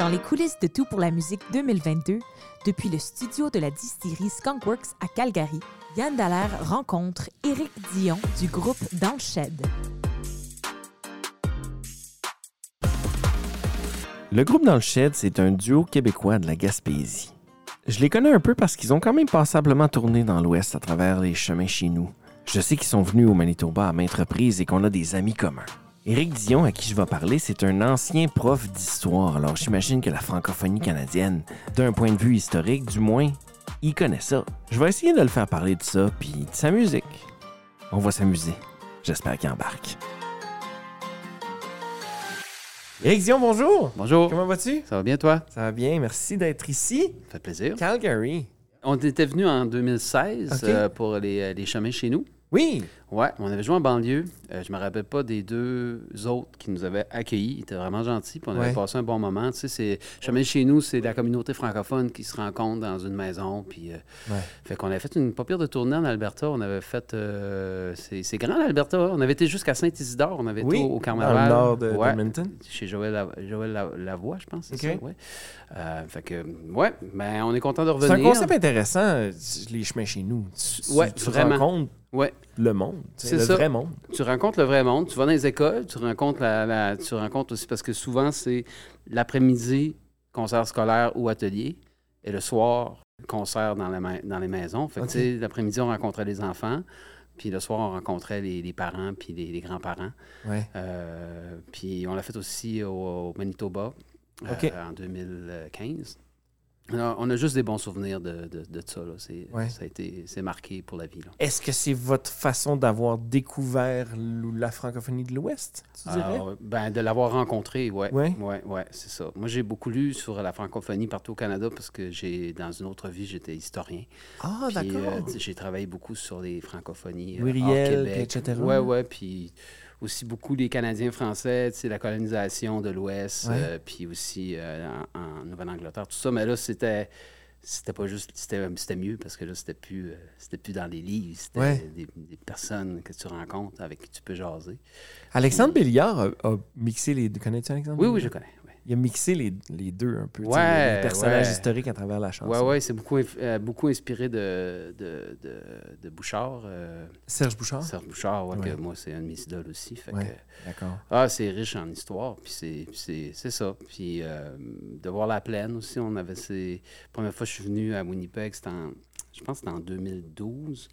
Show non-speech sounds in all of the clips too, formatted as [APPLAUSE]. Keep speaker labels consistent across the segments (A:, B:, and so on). A: Dans les coulisses de Tout pour la musique 2022, depuis le studio de la distillerie Skunkworks à Calgary, Yann Dallaire rencontre Éric Dion du groupe Dans le Shed.
B: Le groupe Dans le Shed, c'est un duo québécois de la Gaspésie. Je les connais un peu parce qu'ils ont quand même passablement tourné dans l'Ouest à travers les chemins chez nous. Je sais qu'ils sont venus au Manitoba à maintes reprises et qu'on a des amis communs. Éric Dion, à qui je vais parler, c'est un ancien prof d'histoire, alors j'imagine que la francophonie canadienne, d'un point de vue historique du moins, il connaît ça. Je vais essayer de le faire parler de ça, puis de sa musique. On va s'amuser. J'espère qu'il embarque. Éric Dion, bonjour!
C: Bonjour.
B: Comment vas-tu?
C: Ça va bien, toi?
B: Ça va bien, merci d'être ici.
C: Ça fait plaisir.
B: Calgary.
C: On était venu en 2016
B: Ok.
C: euh, pour les, euh, les chemins chez nous.
B: Oui!
C: Ouais, on avait joué en banlieue. Euh, je me rappelle pas des deux autres qui nous avaient accueillis. Ils étaient vraiment gentils. puis on
B: Ouais.
C: avait passé un bon moment. Tu sais, c'est chemin chez nous, c'est la communauté francophone qui se rencontre dans une maison. Puis, euh,
B: Ouais.
C: fait qu'on avait fait une pas pire de tournée en Alberta. On avait fait, euh, c'est c'est grand l'Alberta. hein. On avait été jusqu'à Saint-Isidore. On avait
B: Oui,
C: été au, au carnaval.
B: Dans le nord de
C: Ouais.
B: d'Edmonton.
C: chez Joël, La- Joël La- Lavoie, je pense. c'est
B: Ok.
C: Ça, ouais. Euh, fait que, ouais, ben, on est content de
B: C'est
C: revenir.
B: un concept intéressant, euh, les chemins chez nous. Tu, tu-
C: Ouais,
B: tu
C: vraiment.
B: rencontres
C: Ouais.
B: le monde, tu sais,
C: C'est
B: le
C: ça.
B: vrai monde.
C: Tu rencontres le vrai monde, tu vas dans les écoles, tu rencontres, la, la- tu rencontres aussi, parce que souvent, c'est l'après-midi, concert scolaire ou atelier, et le soir, concert dans, la ma- dans les maisons. Fait que,
B: Ok.
C: tu sais, l'après-midi, on rencontrait les enfants, puis le soir, on rencontrait les, les parents, puis les, les grands-parents.
B: Ouais.
C: Euh, puis on l'a fait aussi au, au Manitoba euh,
B: OK.
C: en 2015. Alors, on a juste des bons souvenirs de, de- de ça. là. C'est,
B: Ouais.
C: ça a été, c'est marqué pour la vie. là.
B: Est-ce que c'est votre façon d'avoir découvert l- la francophonie de l'Ouest, tu dirais?
C: Ah, ouais. ben, de l'avoir rencontré, ouais.
B: Ouais.
C: Ouais, ouais, c'est ça. Moi, j'ai beaucoup lu sur la francophonie partout au Canada parce que j'ai, dans une autre vie, j'étais historien.
B: Ah,
C: Puis, euh,
B: d'accord.
C: t- j'ai travaillé beaucoup sur les francophonies. euh,
B: Muriel,
C: hors Québec.
B: puis etc.
C: Ouais, ouais. Puis aussi beaucoup les Canadiens français, tu sais, la colonisation de l'Ouest,
B: Ouais.
C: euh, puis aussi euh, en, en Nouvelle-Angleterre, tout ça. Mais là, c'était. C'était pas juste, c'était c'était mieux parce que là, c'était plus, euh, c'était plus dans les livres, c'était
B: Ouais.
C: des, des personnes que tu rencontres avec qui tu peux jaser.
B: Mm. Alexandre Béliard a, a mixé les deux. Connais-tu Alexandre?
C: Oui, oui, je
B: Béliard?
C: connais. ouais.
B: Il a mixé les, les deux un peu. tu sais,
C: Ouais,
B: les personnages
C: ouais.
B: historiques à travers la chanson.
C: Oui, oui, c'est beaucoup, inf- euh, beaucoup inspiré de, de, de- de Bouchard, euh,
B: Serge Bouchard?
C: Serge Bouchard, ouais, que
B: Ah. Ouais.
C: moi, c'est un de mes idoles aussi. Fait
B: Ouais.
C: que-
B: D'accord.
C: ah, c'est riche en histoire, puis c'est- puis c'est c'est ça. Puis euh, de voir la plaine aussi, on avait ces... première fois que je suis venu à Winnipeg, c'était en, je pense que c'était en 2012.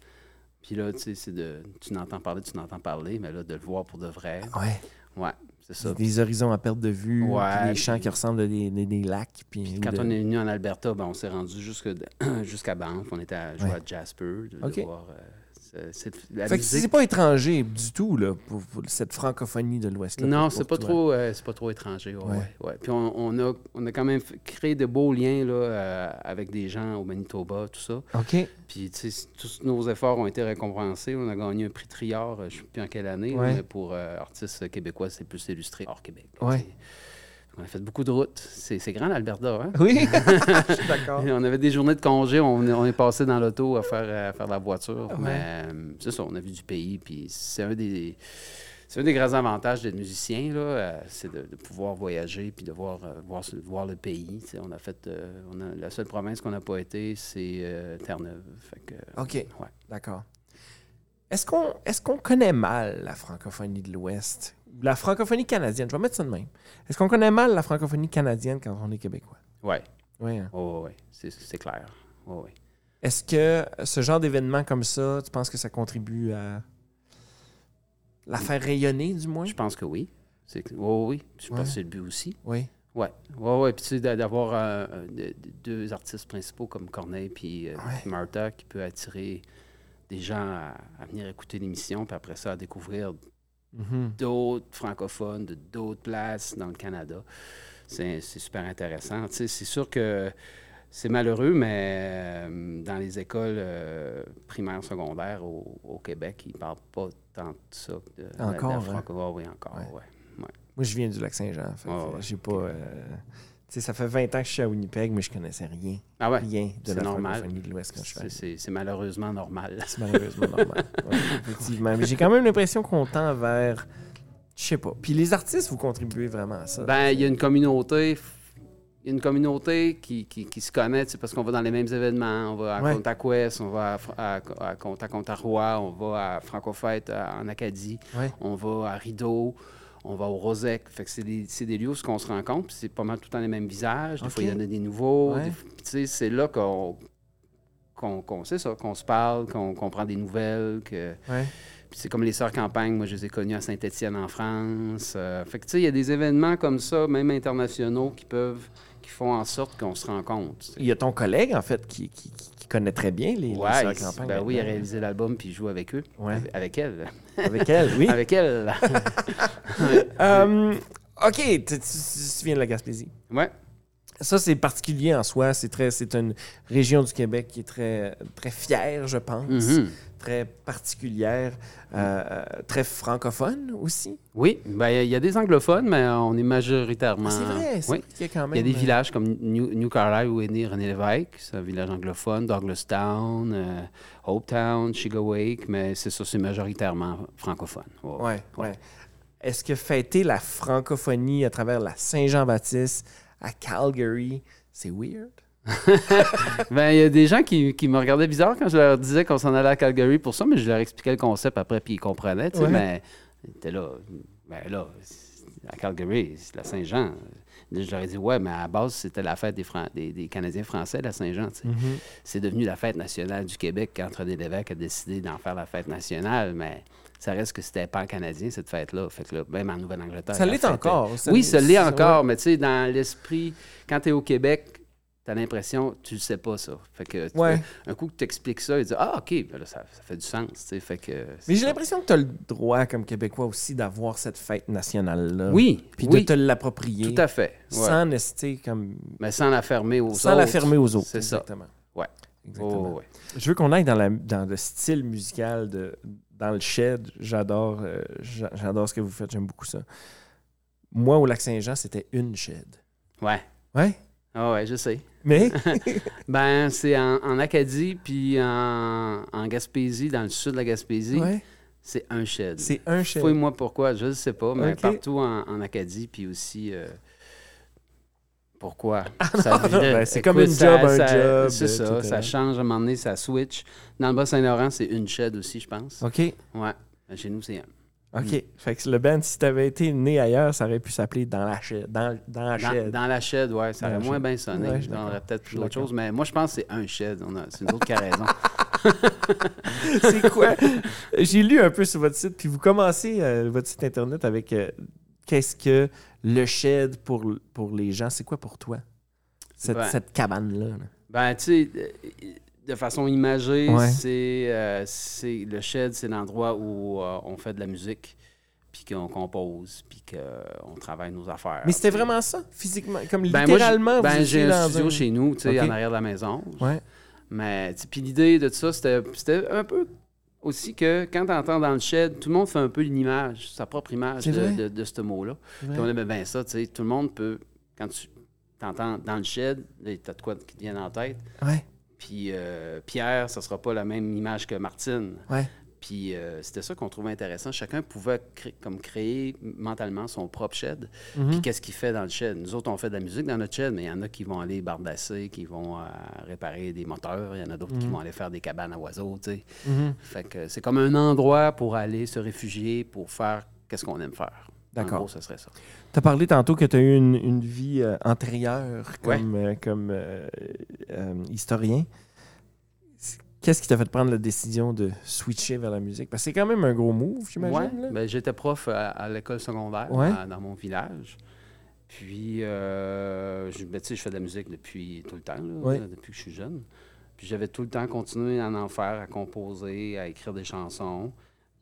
C: Puis là, tu sais, c'est de, tu n'entends parler, tu n'entends parler, mais là, de le voir pour de vrai,
B: Ouais.
C: ouais, c'est ça.
B: Des horizons à perte de vue,
C: Ouais,
B: puis des champs
C: puis-
B: qui ressemblent à des, des- des lacs. Puis, ou
C: Quand
B: de-
C: on est venu en Alberta, ben, on s'est rendu jusque de- [CLEARS THROAT] jusqu'à Banff. On était à jouer
B: Ouais.
C: à Jasper. De, de
B: OK.
C: voir, euh, c'est- c'est- la
B: Fait que
C: musique-
B: c'est pas étranger du tout, là, pour, pour cette francophonie de l'Ouest. là,
C: non,
B: pour-
C: c'est
B: pour
C: pas,
B: toi.
C: trop, euh, c'est pas trop étranger. ouais,
B: Ouais.
C: ouais, ouais. Puis on, on a, on a quand même f- créé de beaux liens là, euh, avec des gens au Manitoba, tout ça.
B: OK.
C: Puis tu sais, tous nos efforts ont été récompensés. On a gagné un prix Triard, euh, je ne sais plus en quelle année, là,
B: Ouais.
C: mais pour euh, artistes québécois, c'est plus illustré hors Québec. là,
B: Ouais.
C: tu sais. On a fait beaucoup de routes. C'est c'est grand l'Alberta, hein?
B: Oui, [LAUGHS] je suis d'accord.
C: [LAUGHS] Et On avait des journées de congé, on, est- on est passé dans l'auto à faire, euh, à faire la voiture.
B: Ah Ouais.
C: Mais euh, c'est ça, on a vu du pays. Puis c'est un des. C'est un des grands avantages d'être musicien, là, euh, c'est de, de pouvoir voyager puis de voir, euh, voir, ce- voir le pays. tu sais. on a fait, euh, on a- la seule province qu'on n'a pas été, c'est euh, Terre-Neuve. Fait que, euh,
B: OK,
C: ouais.
B: d'accord. Est-ce qu'on est qu'on connaît mal la francophonie de l'Ouest? Ou La francophonie canadienne, je vais mettre ça de même. Est-ce qu'on connaît mal la francophonie canadienne quand on est québécois?
C: Ouais,
B: Oui. hein.
C: ouais, ouais, ouais. c'est, c'est clair. Ouais, ouais.
B: Est-ce que ce genre d'événement comme ça, tu penses que ça contribue à la faire rayonner, du moins?
C: Je pense que oui. C'est, que- ouais, ouais, Je pense
B: Ouais.
C: que c'est le but aussi.
B: Oui.
C: Ouais, ouais, ouais. Puis tu sais, d'a- d'avoir euh, euh, de- de- deux artistes principaux comme Corneille puis euh,
B: Ouais.
C: puis Martha qui peut attirer des gens à, à venir écouter l'émission, puis après ça, à découvrir
B: Mhm.
C: d'autres francophones de d'autres places dans le Canada. C'est c'est super intéressant. Tu sais, c'est sûr que c'est malheureux, mais euh, dans les écoles euh, primaires, secondaires au, au Québec, ils parlent pas tant de ça. De, de la- de
B: Encore,
C: la
B: hein?
C: franco- Ah oui, encore,
B: Ouais.
C: ouais.
B: Moi, je viens du Lac-Saint-Jean. fait que,
C: Ah ouais,
B: J'ai pas... euh, tu sais, ça fait 20 ans que je suis à Winnipeg, mais je connaissais rien.
C: Ah ouais,
B: Rien de
C: c'est
B: la
C: normal.
B: francophonie de l'Ouest quand je suis
C: c'est
B: arrivé.
C: c'est- c'est malheureusement normal.
B: C'est malheureusement
C: [LAUGHS]
B: normal. Ouais, effectivement. Mais j'ai quand même l'impression qu'on tend vers. Je sais pas. Puis les artistes, vous contribuez vraiment à ça.
C: Ben, il y a une communauté f- il y a une communauté qui, qui, qui se connaît, tu sais, parce qu'on va dans les mêmes événements. On va à
B: Ouais.
C: Contaquest, on va à, Fra- à, à Conta- Contaroy, on va à Francofête à- en Acadie,
B: Ouais.
C: on va à Rideau, on va au Rosec. Fait que c'est des, c'est des lieux où on se rencontre, puis c'est pas mal tout le temps les mêmes visages. Des fois,
B: Ok.
C: il y en a des nouveaux.
B: Ouais.
C: des fois- puis tu sais, c'est là qu'on qu'on qu'on- c'est ça, qu'on se parle, qu'on qu'on prend des nouvelles, que...
B: Ouais.
C: Puis c'est comme les sœurs campagne, moi je les ai connues à Saint-Étienne en France. Euh, fait que tu sais, il y a des événements comme ça, même internationaux, qui peuvent, qui font en sorte qu'on se rencontre. tu sais.
B: Il y a ton collègue, en fait, qui, qui, qui connaît très bien les, les
C: Ouais,
B: sœurs
C: il-
B: campagne
C: ben oui, il a
B: maintenant.
C: réalisé l'album puis il joue avec eux,
B: Ouais.
C: avec, avec elle,
B: Avec elle, [LAUGHS] oui.
C: [LAUGHS] avec elle.
B: [LAUGHS] Euh, OK, tu, tu- tu- tu viens de la Gaspésie.
C: ouais,
B: Ça, c'est particulier en soi. C'est très, c'est une région du Québec qui est très, très fière, je pense.
C: mhm.
B: Très particulière, euh, euh, très francophone aussi.
C: oui. Ben il y a des anglophones, mais on est majoritairement.
B: Ah, c'est vrai, c'est
C: Oui.
B: vrai qu'il y a quand même.
C: Il y a des
B: euh,
C: villages comme New, New Carlisle où est né René Lévesque, c'est un village anglophone, Douglastown, euh, Hopetown, Chigawake, mais c'est ça, c'est majoritairement francophone. Ouais.
B: Ouais, ouais. Est-ce que fêter la francophonie à travers la Saint-Jean-Baptiste à Calgary, c'est weird?
C: Ben, il y a des gens qui, qui me regardaient bizarre quand je leur disais qu'on s'en allait à Calgary pour ça, mais je leur expliquais le concept après, puis ils comprenaient, tu sais,
B: Ouais.
C: mais ils étaient là, ben là, c'est- à Calgary, c'est la Saint-Jean. Je leur ai dit, ouais, mais à la base, c'était la fête des, Fran- des, des Canadiens français, la Saint-Jean, tu sais. C'est devenu la fête nationale du Québec quand René Lévesque a décidé d'en faire la fête nationale, mais ça reste que c'était pas canadien, cette fête-là. Fait que là, même en Nouvelle-Angleterre.
B: Ça
C: la
B: l'est
C: fête-
B: encore, ça
C: oui,
B: l'est-
C: ça l'est
B: ça-
C: encore, mais tu sais, dans l'esprit, quand tu es au Québec, tu as l'impression, tu le sais pas ça. Fait que, tu
B: Ouais.
C: vois, un coup que tu expliques ça, ils disent Ah, OK, ben là, ça, ça fait du sens. tu sais, Fait que,
B: Mais
C: c'est
B: j'ai
C: ça.
B: l'impression que tu as le droit, comme Québécois aussi, d'avoir cette fête nationale-là.
C: Oui,
B: Puis
C: oui,
B: de te l'approprier.
C: tout à fait. ouais.
B: Sans rester comme.
C: Mais sans la fermer aux autres.
B: sans la fermer aux autres.
C: C'est ça.
B: Exactement.
C: Ouais.
B: Exactement.
C: Oh, ouais.
B: Je veux qu'on aille dans, la, dans le style musical, de, dans le shed. J'adore euh, j'a- j'adore ce que vous faites, j'aime beaucoup ça. Moi, au Lac-Saint-Jean, c'était une shed.
C: Ouais.
B: Ouais?
C: Ah ouais, je sais.
B: Mais.
C: Ben, c'est en, en Acadie, puis en, en Gaspésie, dans le sud de la Gaspésie,
B: Ouais,
C: c'est un shed.
B: c'est un shed.
C: Fouille-moi pourquoi, je ne sais pas, mais
B: Ok.
C: partout en, en Acadie, puis aussi. euh, pourquoi? Ça vide-
B: Ben, c'est comme
C: écoute,
B: une
C: ça-
B: job, un
C: ça-
B: job,
C: C'est
B: euh,
C: ça,
B: tout est là.
C: ça change à un moment donné, ça switch. Dans le Bas-Saint-Laurent, c'est une shed aussi, je pense.
B: OK.
C: Ouais. Ben, Chez nous, c'est un.
B: OK. Fait que le band, si t'avais été né ailleurs, ça aurait pu s'appeler Dans la shed. Dans, dans la
C: Dans,
B: shed.
C: dans la shed, ouais, ça
B: Dans
C: aurait
B: la
C: moins
B: shed.
C: bien sonné.
B: Ouais, je suis
C: On aurait
B: d'accord.
C: peut-être
B: Je
C: plus
B: suis
C: d'autres
B: d'accord.
C: choses, mais moi, je pense que c'est un shed. On a- C'est une autre qui a raison.
B: [LAUGHS] C'est quoi? J'ai lu un peu sur votre site, puis vous commencez euh, votre site internet avec euh, qu'est-ce que le shed pour, pour les gens? C'est quoi pour toi? Cette,
C: Ben.
B: cette cabane-là. là.
C: Ben, tu sais, euh, de façon imagée,
B: Ouais.
C: c'est euh, c'est- le shed, c'est l'endroit où euh, on fait de la musique, puis qu'on compose, puis qu'on travaille nos affaires.
B: Mais c'était
C: Puis-
B: vraiment ça, physiquement? Comme
C: Ben, moi, j'ai-
B: littéralement, vous
C: ben,
B: étiez
C: j'ai un
B: dans
C: studio chez nous, tu sais,
B: Ok.
C: en arrière de la maison.
B: Ouais.
C: Mais, tu sais, puis l'idée de ça, c'était c'était un peu aussi que quand tu entends dans le shed, tout le monde fait un peu une image, sa propre image
B: C'est
C: de,
B: vrai.
C: de- de ce mot-là. Puis on
B: Ouais.
C: aimait bien ça, tu sais, tout le monde peut, quand tu t'entends dans le shed, là, t'as de quoi qui te vient en tête.
B: Ouais,
C: Puis euh, Pierre, ça sera pas la même image que Martine.
B: ouais.
C: Puis euh, c'était ça qu'on trouvait intéressant. Chacun pouvait cré- comme créer mentalement son propre shed.
B: Mhm.
C: Puis qu'est-ce qu'il fait dans le shed? Nous autres, on fait de la musique dans notre shed, mais il y en a qui vont aller bardasser, qui vont euh, réparer des moteurs. Il y en a d'autres qui vont aller faire des cabanes à oiseaux, tu sais.
B: Mhm.
C: Fait que c'est comme un endroit pour aller se réfugier, pour faire qu'est-ce qu'on aime faire.
B: D'accord.
C: En gros, ce serait ça.
B: T'as parlé tantôt que tu as eu une, une vie euh, antérieure
C: Ouais.
B: comme, euh, comme euh, euh, historien. Qu'est-ce qui t'a fait prendre la décision de switcher vers la musique? Parce que c'est quand même un gros move,
C: Ouais,
B: j'imagine. là.
C: ben, j'étais prof à, à l'école secondaire
B: Ouais.
C: à- dans mon village. Puis, euh, je, ben, tu sais, je fais de la musique depuis tout le temps, là,
B: Ouais.
C: depuis que je suis jeune. Puis j'avais tout le temps continué à en faire, à composer, à écrire des chansons.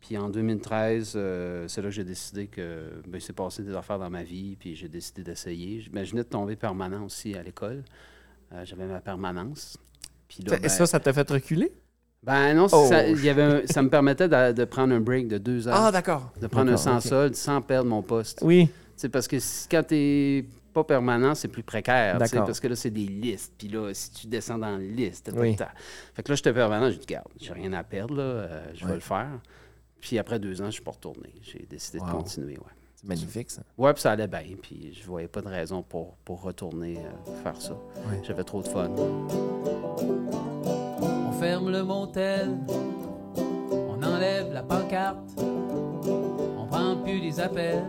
C: Puis en 2013, euh, c'est là que j'ai décidé que ben, il s'est passé des affaires dans ma vie, puis j'ai décidé d'essayer. Je ben, je venais de tomber permanent aussi à l'école. Euh, j'avais ma permanence. Puis là,
B: Ça-
C: ben,
B: Ça, ça t'a fait reculer?
C: ben non,
B: Oh.
C: ça, il y avait un- ça me permettait de, de prendre un break de deux heures
B: Ah, d'accord.
C: de prendre un
B: D'accord, ok.
C: sans solde sans perdre mon poste.
B: Oui,
C: Tu sais, parce que si- quand t'es pas permanent, c'est plus précaire. tu sais,
B: D'accord.
C: Parce que là, c'est des listes. Puis là, si tu descends dans les listes, t'as tout
B: Oui.
C: le temps. Fait que là, j'étais permanent, j'ai dit, garde, j'ai rien à perdre, là, euh, je
B: Ouais.
C: vais le faire. Puis après deux ans, je suis pas retourné. J'ai décidé
B: Wow.
C: de continuer, ouais.
B: C'est magnifique, ça.
C: Ouais, puis ça allait bien. Puis je voyais pas de raison pour, pour retourner euh, faire ça.
B: Ouais.
C: J'avais trop de fun.
D: On ferme le motel, on enlève la pancarte, on prend plus les appels.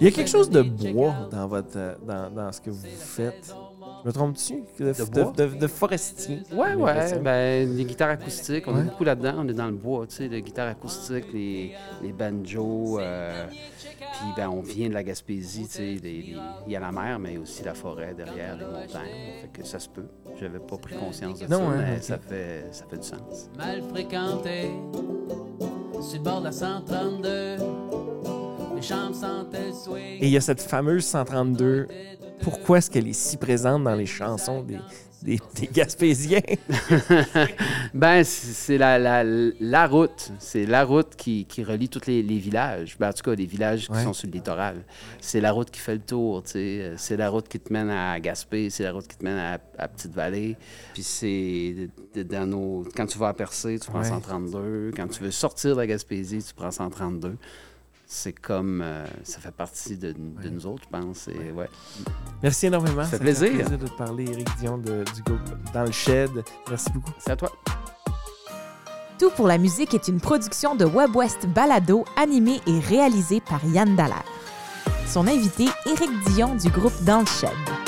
B: Il y a quelque chose de bois dans, votre, euh, dans, dans ce que vous faites. Je me trompe-tu? De,
C: De
B: de-
C: bois?
B: de- de forestier.
C: Ouais,
B: J'ai
C: ouais.
B: l'impression.
C: Ben, les guitares acoustiques, on
B: Ouais.
C: est beaucoup là-dedans. On est dans le bois, tu sais, les guitares acoustiques, les, les banjos. euh, puis, ben, on vient de la Gaspésie, tu sais. les- les- Il y a la mer, mais aussi la forêt derrière, les montagnes. Fait que ça se peut. J'avais pas pris conscience de
B: Non,
C: ça,
B: hein,
C: mais
B: ok.
C: ça, fait, ça fait du sens.
D: mal fréquenté. Sur le bord de la 132, les chambres sentaient le swing.
B: Et il y a cette fameuse 132. Pourquoi est-ce qu'elle est si présente dans les chansons des, des, des Gaspésiens?
C: Ben, c'est c'est la, la, la route. C'est la route qui, qui relie tous les, les villages. Ben, en tout cas, les villages qui
B: Ouais.
C: sont sur le littoral. C'est la route qui fait le tour, tu sais. Euh, C'est la route qui te mène à Gaspé, c'est la route qui te mène à, à Petite-Vallée. Puis c'est de- de- dans nos... Quand tu vas à Percé, tu prends
B: Ouais.
C: 132. Quand tu veux sortir de la Gaspésie, tu prends 132. C'est comme... euh, ça fait partie de, de nous autres, je pense. Et, ouais.
B: Merci énormément.
C: Ça fait
B: me fait
C: plaisir.
B: de te parler, Éric Dion, de- du groupe Dans le Shed. Merci beaucoup.
C: C'est à toi.
A: Tout pour la musique est une production de WebWest Balado animée et réalisée par Yann Dallaire. Son invité, Éric Dion du groupe Dans le Shed.